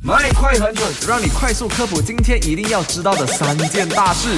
麦快很准，让你快速科普今天一定要知道的三件大事。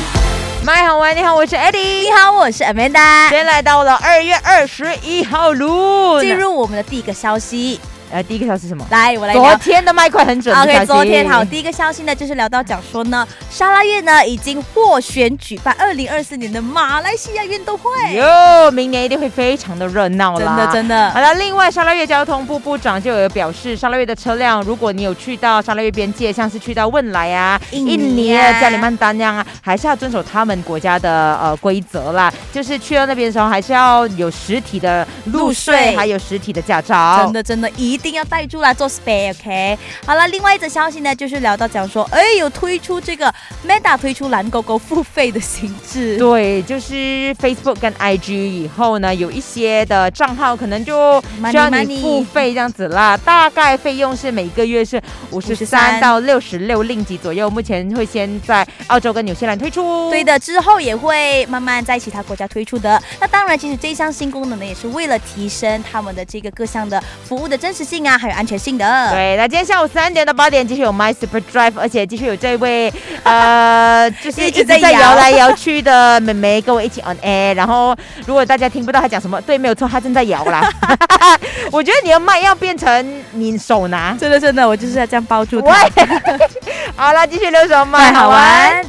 麦好玩，你好，我是 Eddie。你好，我是 Amanda。今天来到了二月二十一号录，进入我们的第一个消息，呃第一个消息是什么？来，我来昨聊。天的麦快很准。 OK，昨天好，第第一个消息呢，就是聊到讲说呢，沙拉越呢已经获选举办二零二四年的马来西亚运动会，哟，明年一定会非常的热闹真啦，的真的好了，另外沙拉越交通部部长就有表示，沙拉越的车辆，如果你有去到沙拉越边界，像是去到汶莱啊、印尼啊加里曼丹那样啊，还是要遵守他们国家的呃规则啦。就是去到那边的时候，还是要有实体的路路税，税还有实体的驾照。真的真的一定要带住来做 spare，OK？、好了，另外一则消息呢，就是聊到讲说，哎，有推出这个 Meta 推出蓝勾勾付费的形 式，对，就是 Facebook 跟 IG 以后呢，有一些的账号可能就需要 Money, 你 money 付费这样子啦。大概费用是每个月是五十三53到六十六令吉左右，目前会先在澳洲跟纽西兰推出。对。的，之后也会慢慢在其他国家推出的。那当然，其实这项新功能呢，也是为了提升他们的这个各项的服务的真实性啊，还有安全性的。对，那今天下午三点到八点继续有 My Super Drive，而且继续有这位 呃，就是一一直直在在摇摇来摇去的妹妹跟我一起 on air。然后如果大家听不到她讲什么，对，没有错，她正在摇啦。 我觉得你的麦要变成你手拿。真的真的，我就是要这样包住它。喂， 好了，继续留守麦，太好玩。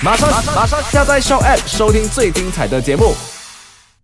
马上马上下载 Show App 收听最精彩的节目，